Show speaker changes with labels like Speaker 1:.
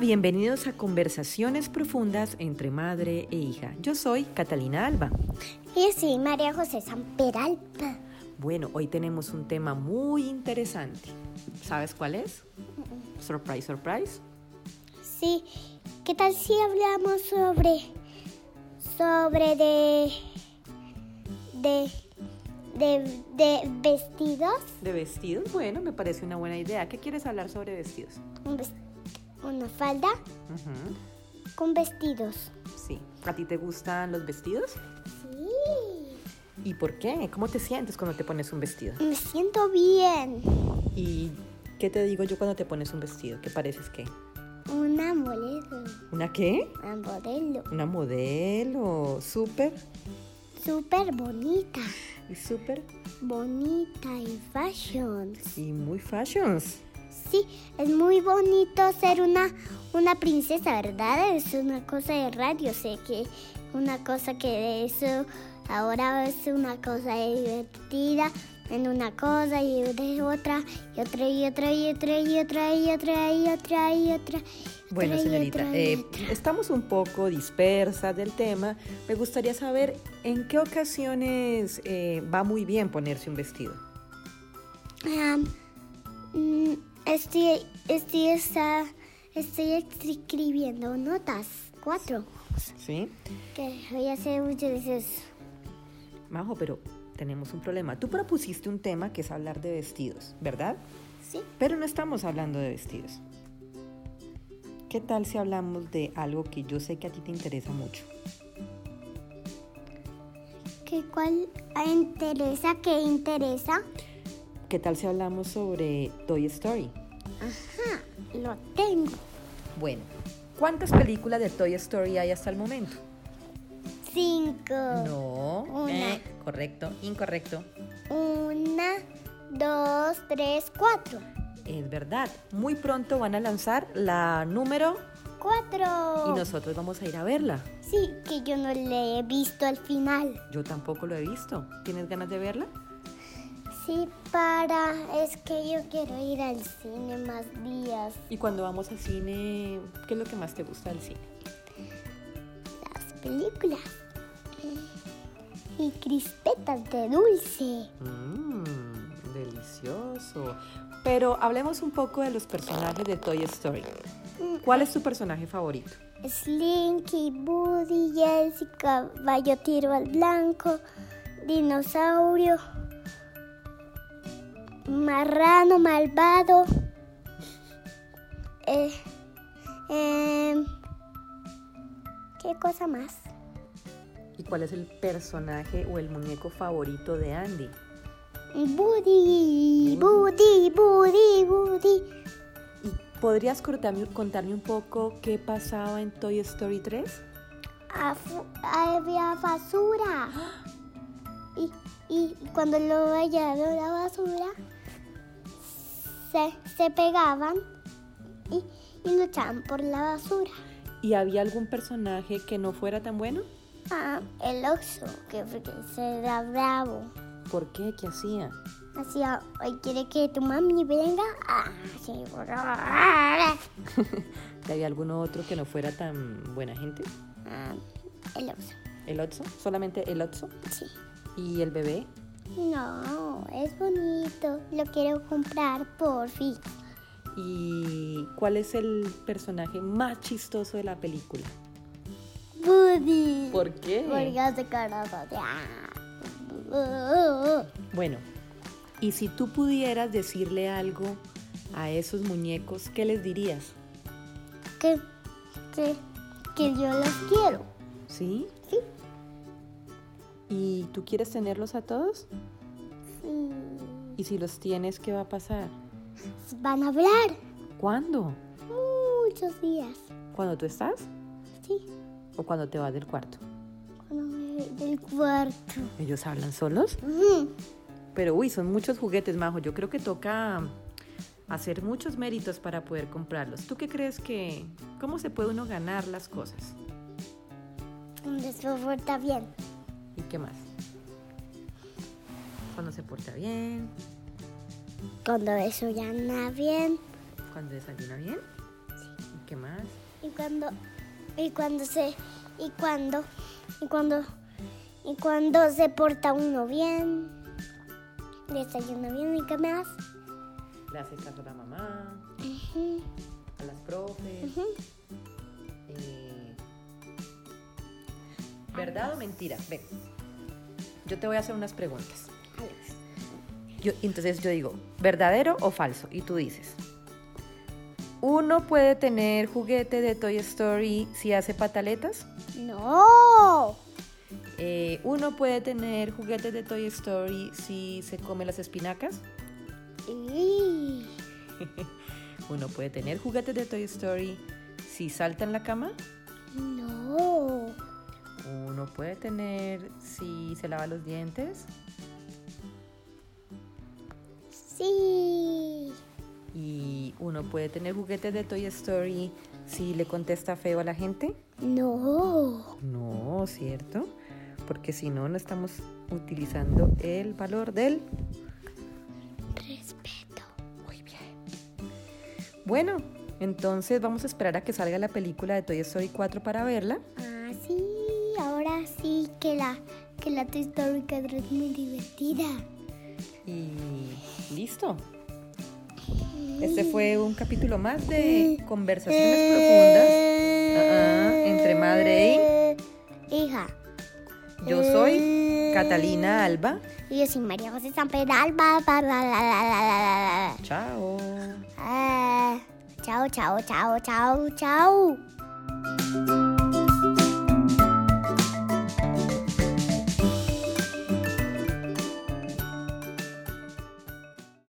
Speaker 1: Bienvenidos a Conversaciones Profundas entre Madre e Hija. Yo soy Catalina Alba.
Speaker 2: Y sí, María José San Peralta.
Speaker 1: Bueno, hoy tenemos un tema muy interesante. ¿Sabes cuál es? Surprise, surprise.
Speaker 2: Sí, ¿qué tal si hablamos sobre sobre de de de, de vestidos?
Speaker 1: ¿De vestidos? Bueno, me parece una buena idea. ¿Qué quieres hablar sobre vestidos?
Speaker 2: Un ves- una falda
Speaker 1: Ujú,
Speaker 2: con vestidos.
Speaker 1: Sí. ¿A ti te gustan los vestidos?
Speaker 2: Sí.
Speaker 1: ¿Y por qué? ¿Cómo te sientes cuando te pones un vestido?
Speaker 2: Me siento bien.
Speaker 1: ¿Y qué te digo yo cuando te pones un vestido? ¿Qué pareces qué?
Speaker 2: Una modelo.
Speaker 1: ¿Una qué?
Speaker 2: Una modelo.
Speaker 1: Una modelo. Súper,
Speaker 2: Súper bonita.
Speaker 1: súper
Speaker 2: Bonita y fashion.
Speaker 1: y muy fashions.
Speaker 2: Sí, es muy bonito ser una, una princesa, ¿verdad? Es una cosa de radio, sé que una cosa que de eso ahora es una cosa divertida en una cosa y de otra y otra y otra y otra y otra y otra y otra y otra.
Speaker 1: Bueno,
Speaker 2: otra, y
Speaker 1: señorita,
Speaker 2: otra, y
Speaker 1: eh,
Speaker 2: otra.
Speaker 1: estamos un poco dispersas del tema. Me gustaría saber en qué ocasiones eh, va muy bien ponerse un vestido.
Speaker 2: Am, mm, estoy, estoy, esa- estoy escribiendo notas, cuatro,
Speaker 1: ¿Sí?
Speaker 2: que voy a hacer muchas veces.
Speaker 1: Majo, pero tenemos un problema. Tú propusiste un tema que es hablar de vestidos, ¿verdad?
Speaker 2: Sí.
Speaker 1: Pero no estamos hablando de vestidos. ¿Qué tal si hablamos de algo que yo sé que a ti te interesa mucho?
Speaker 2: ¿Qué cuál interesa? ¿Qué interesa?
Speaker 1: ¿Qué tal si hablamos sobre Toy Story?
Speaker 2: Ajá, lo tengo.
Speaker 1: Bueno, ¿cuántas películas de Toy Story hay hasta el momento?
Speaker 2: Cinco.
Speaker 1: No.
Speaker 2: Una. Eh,
Speaker 1: correcto, incorrecto.
Speaker 2: Una, dos, tres, cuatro.
Speaker 1: Es verdad. Muy pronto van a lanzar la número y
Speaker 2: Cuatro.
Speaker 1: nosotros vamos a ir a verla.
Speaker 2: Sí, que yo no le he visto al final.
Speaker 1: Yo tampoco lo he visto. ¿Tienes ganas de verla?
Speaker 2: Sí, para. Es que yo quiero ir al cine más días.
Speaker 1: Y cuando vamos al cine, ¿qué es lo que más te gusta del cine?
Speaker 2: Las películas. Y crispetas de dulce.
Speaker 1: Mmm, delicioso. Pero hablemos un poco de los personajes de Toy Story. ¿Cuál es tu personaje favorito?
Speaker 2: Slinky, Buddy, Jesse, caballo tiro al blanco, dinosaurio, marrano malvado, eh, em, ¿qué cosa más?
Speaker 1: ¿Y cuál es el personaje o el muñeco favorito de Andy?
Speaker 2: Buddy, Buddy, Buddy, Buddy.
Speaker 1: ¿Y podrías cortarme- contarme un poco qué pasaba en Toy Story 3?
Speaker 2: afu- había basura. Y, y cuando lo vallaron la basura, se, se pegaban y, y luchaban por la basura.
Speaker 1: ¿Y había algún personaje que no fuera tan bueno?
Speaker 2: Ah, el oxo, que, fue que se era bravo.
Speaker 1: ¿Por qué? ¿Qué hacía?
Speaker 2: Hacía, hoy quiere que tu mami venga. Ah, sí, ah,
Speaker 1: ¿Y había alguno otro que no fuera tan buena gente?
Speaker 2: el oxo,
Speaker 1: ¿El Otso? ¿Solamente el Otso?
Speaker 2: sí.
Speaker 1: ¿Y el bebé?
Speaker 2: No, es bonito. Lo quiero comprar por fin.
Speaker 1: ¿Y cuál es el personaje más chistoso de la película?
Speaker 2: Buddy.
Speaker 1: ¿Por qué?
Speaker 2: Porque hace carajo de ah, uh, uh, uh.
Speaker 1: Bueno, y si tú pudieras decirle algo a esos muñecos, ¿qué les dirías?
Speaker 2: que, que, que yo los quiero.
Speaker 1: ¿Sí?
Speaker 2: Sí.
Speaker 1: ¿Y tú quieres tenerlos a todos?
Speaker 2: Sí.
Speaker 1: ¿Y si los tienes, qué va a pasar?
Speaker 2: Van a hablar
Speaker 1: ¿Cuándo?
Speaker 2: muchos días.
Speaker 1: ¿Cuándo tú estás?
Speaker 2: Sí.
Speaker 1: ¿O cuando te vas del cuarto?
Speaker 2: Cuando me voy del cuarto. Mm,
Speaker 1: ¿Ellos hablan solos?
Speaker 2: Ujú.
Speaker 1: Pero uy, son muchos juguetes, Majo. Yo creo que toca hacer muchos méritos para poder comprarlos. ¿Tú qué crees que... ¿Cómo se puede uno ganar las cosas?
Speaker 2: Donde se porta bien.
Speaker 1: ¿Y qué más? Cuando se porta bien,
Speaker 2: Cuando eso ya anda bien.
Speaker 1: cuando desayuna bien. ¿Y qué más?
Speaker 2: cuando y cuando se y cuando y cuando y cuando se porta uno bien, desayuna bien y qué más.
Speaker 1: Le hace caso a la mamá,
Speaker 2: Ujú,
Speaker 1: a las profes.
Speaker 2: ujú.
Speaker 1: Eh, ¿Verdad o mentira? Ven. Yo te voy a hacer unas preguntas.
Speaker 2: Alex.
Speaker 1: Yo- entonces yo digo, ¿verdadero o falso? Y tú dices, ¿uno puede tener juguete de Toy Story si hace pataletas?
Speaker 2: No.
Speaker 1: Eh, ¿Uno puede tener juguetes de Toy Story si se come las espinacas?
Speaker 2: Y-
Speaker 1: ¿Uno puede tener juguetes de Toy Story si salta en la cama?
Speaker 2: No.
Speaker 1: ¿Uno puede tener si se lava los dientes?
Speaker 2: Sí.
Speaker 1: ¿Y uno puede tener juguetes de Toy Story si le contesta feo a la gente?
Speaker 2: No.
Speaker 1: No, ¿cierto? Porque si no, no estamos utilizando el valor del...
Speaker 2: Respeto.
Speaker 1: Muy bien. Bueno, entonces vamos a esperar a que salga la película de Toy Story 4 para verla.
Speaker 2: Ah, sí. Ahora sí que la que la Toy Story 4 es muy divertida.
Speaker 1: Y listo. Este fue un capítulo más de Conversaciones Profundas. Ah, ah, entre madre
Speaker 2: y hija.
Speaker 1: Yo soy Catalina Alba.
Speaker 2: Y yo soy María José San Pedal. Ba, ba, la, la, la, la, la, la.
Speaker 1: Chao.
Speaker 2: Ah, chao, chao, chao, chao, chao.